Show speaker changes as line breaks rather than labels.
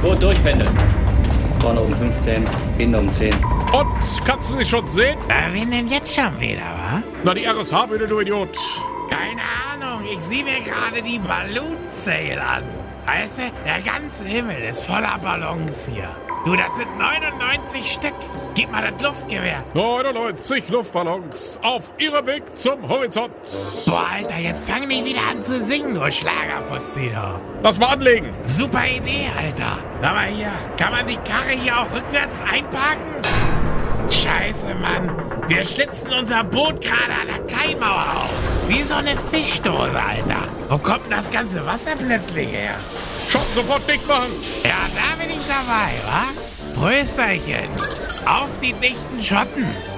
gut durchpendeln.
Vorne um 15, hinten um 10.
Und kannst du nicht schon sehen?
Na, wen denn Äh, jetzt schon wieder, wa?
Na, die RSH-Bühne, du Idiot.
Keine Ahnung, ich sehe mir gerade die Balloon Sale an. Weißt du, der ganze Himmel ist voller Ballons hier. Du, das sind 99 Stück. Gib mal das Luftgewehr.
99 Luftballons auf ihrem Weg zum Horizont.
Boah, Alter, jetzt fang nicht wieder an zu singen, du Schlagerfuzzi, du.
Lass mal anlegen.
Super Idee, Alter. Sag mal hier, kann man die Karre hier auch rückwärts einparken? Scheiße, Mann. Wir schlitzen unser Boot gerade an der Kaimauer auf. Wie so eine Fischdose, Alter. Wo kommt denn das ganze Wasser plötzlich her?
Schon sofort dicht machen.
Ja, da bin ich dabei, wa? Prösterchen. Auf die dichten Schotten.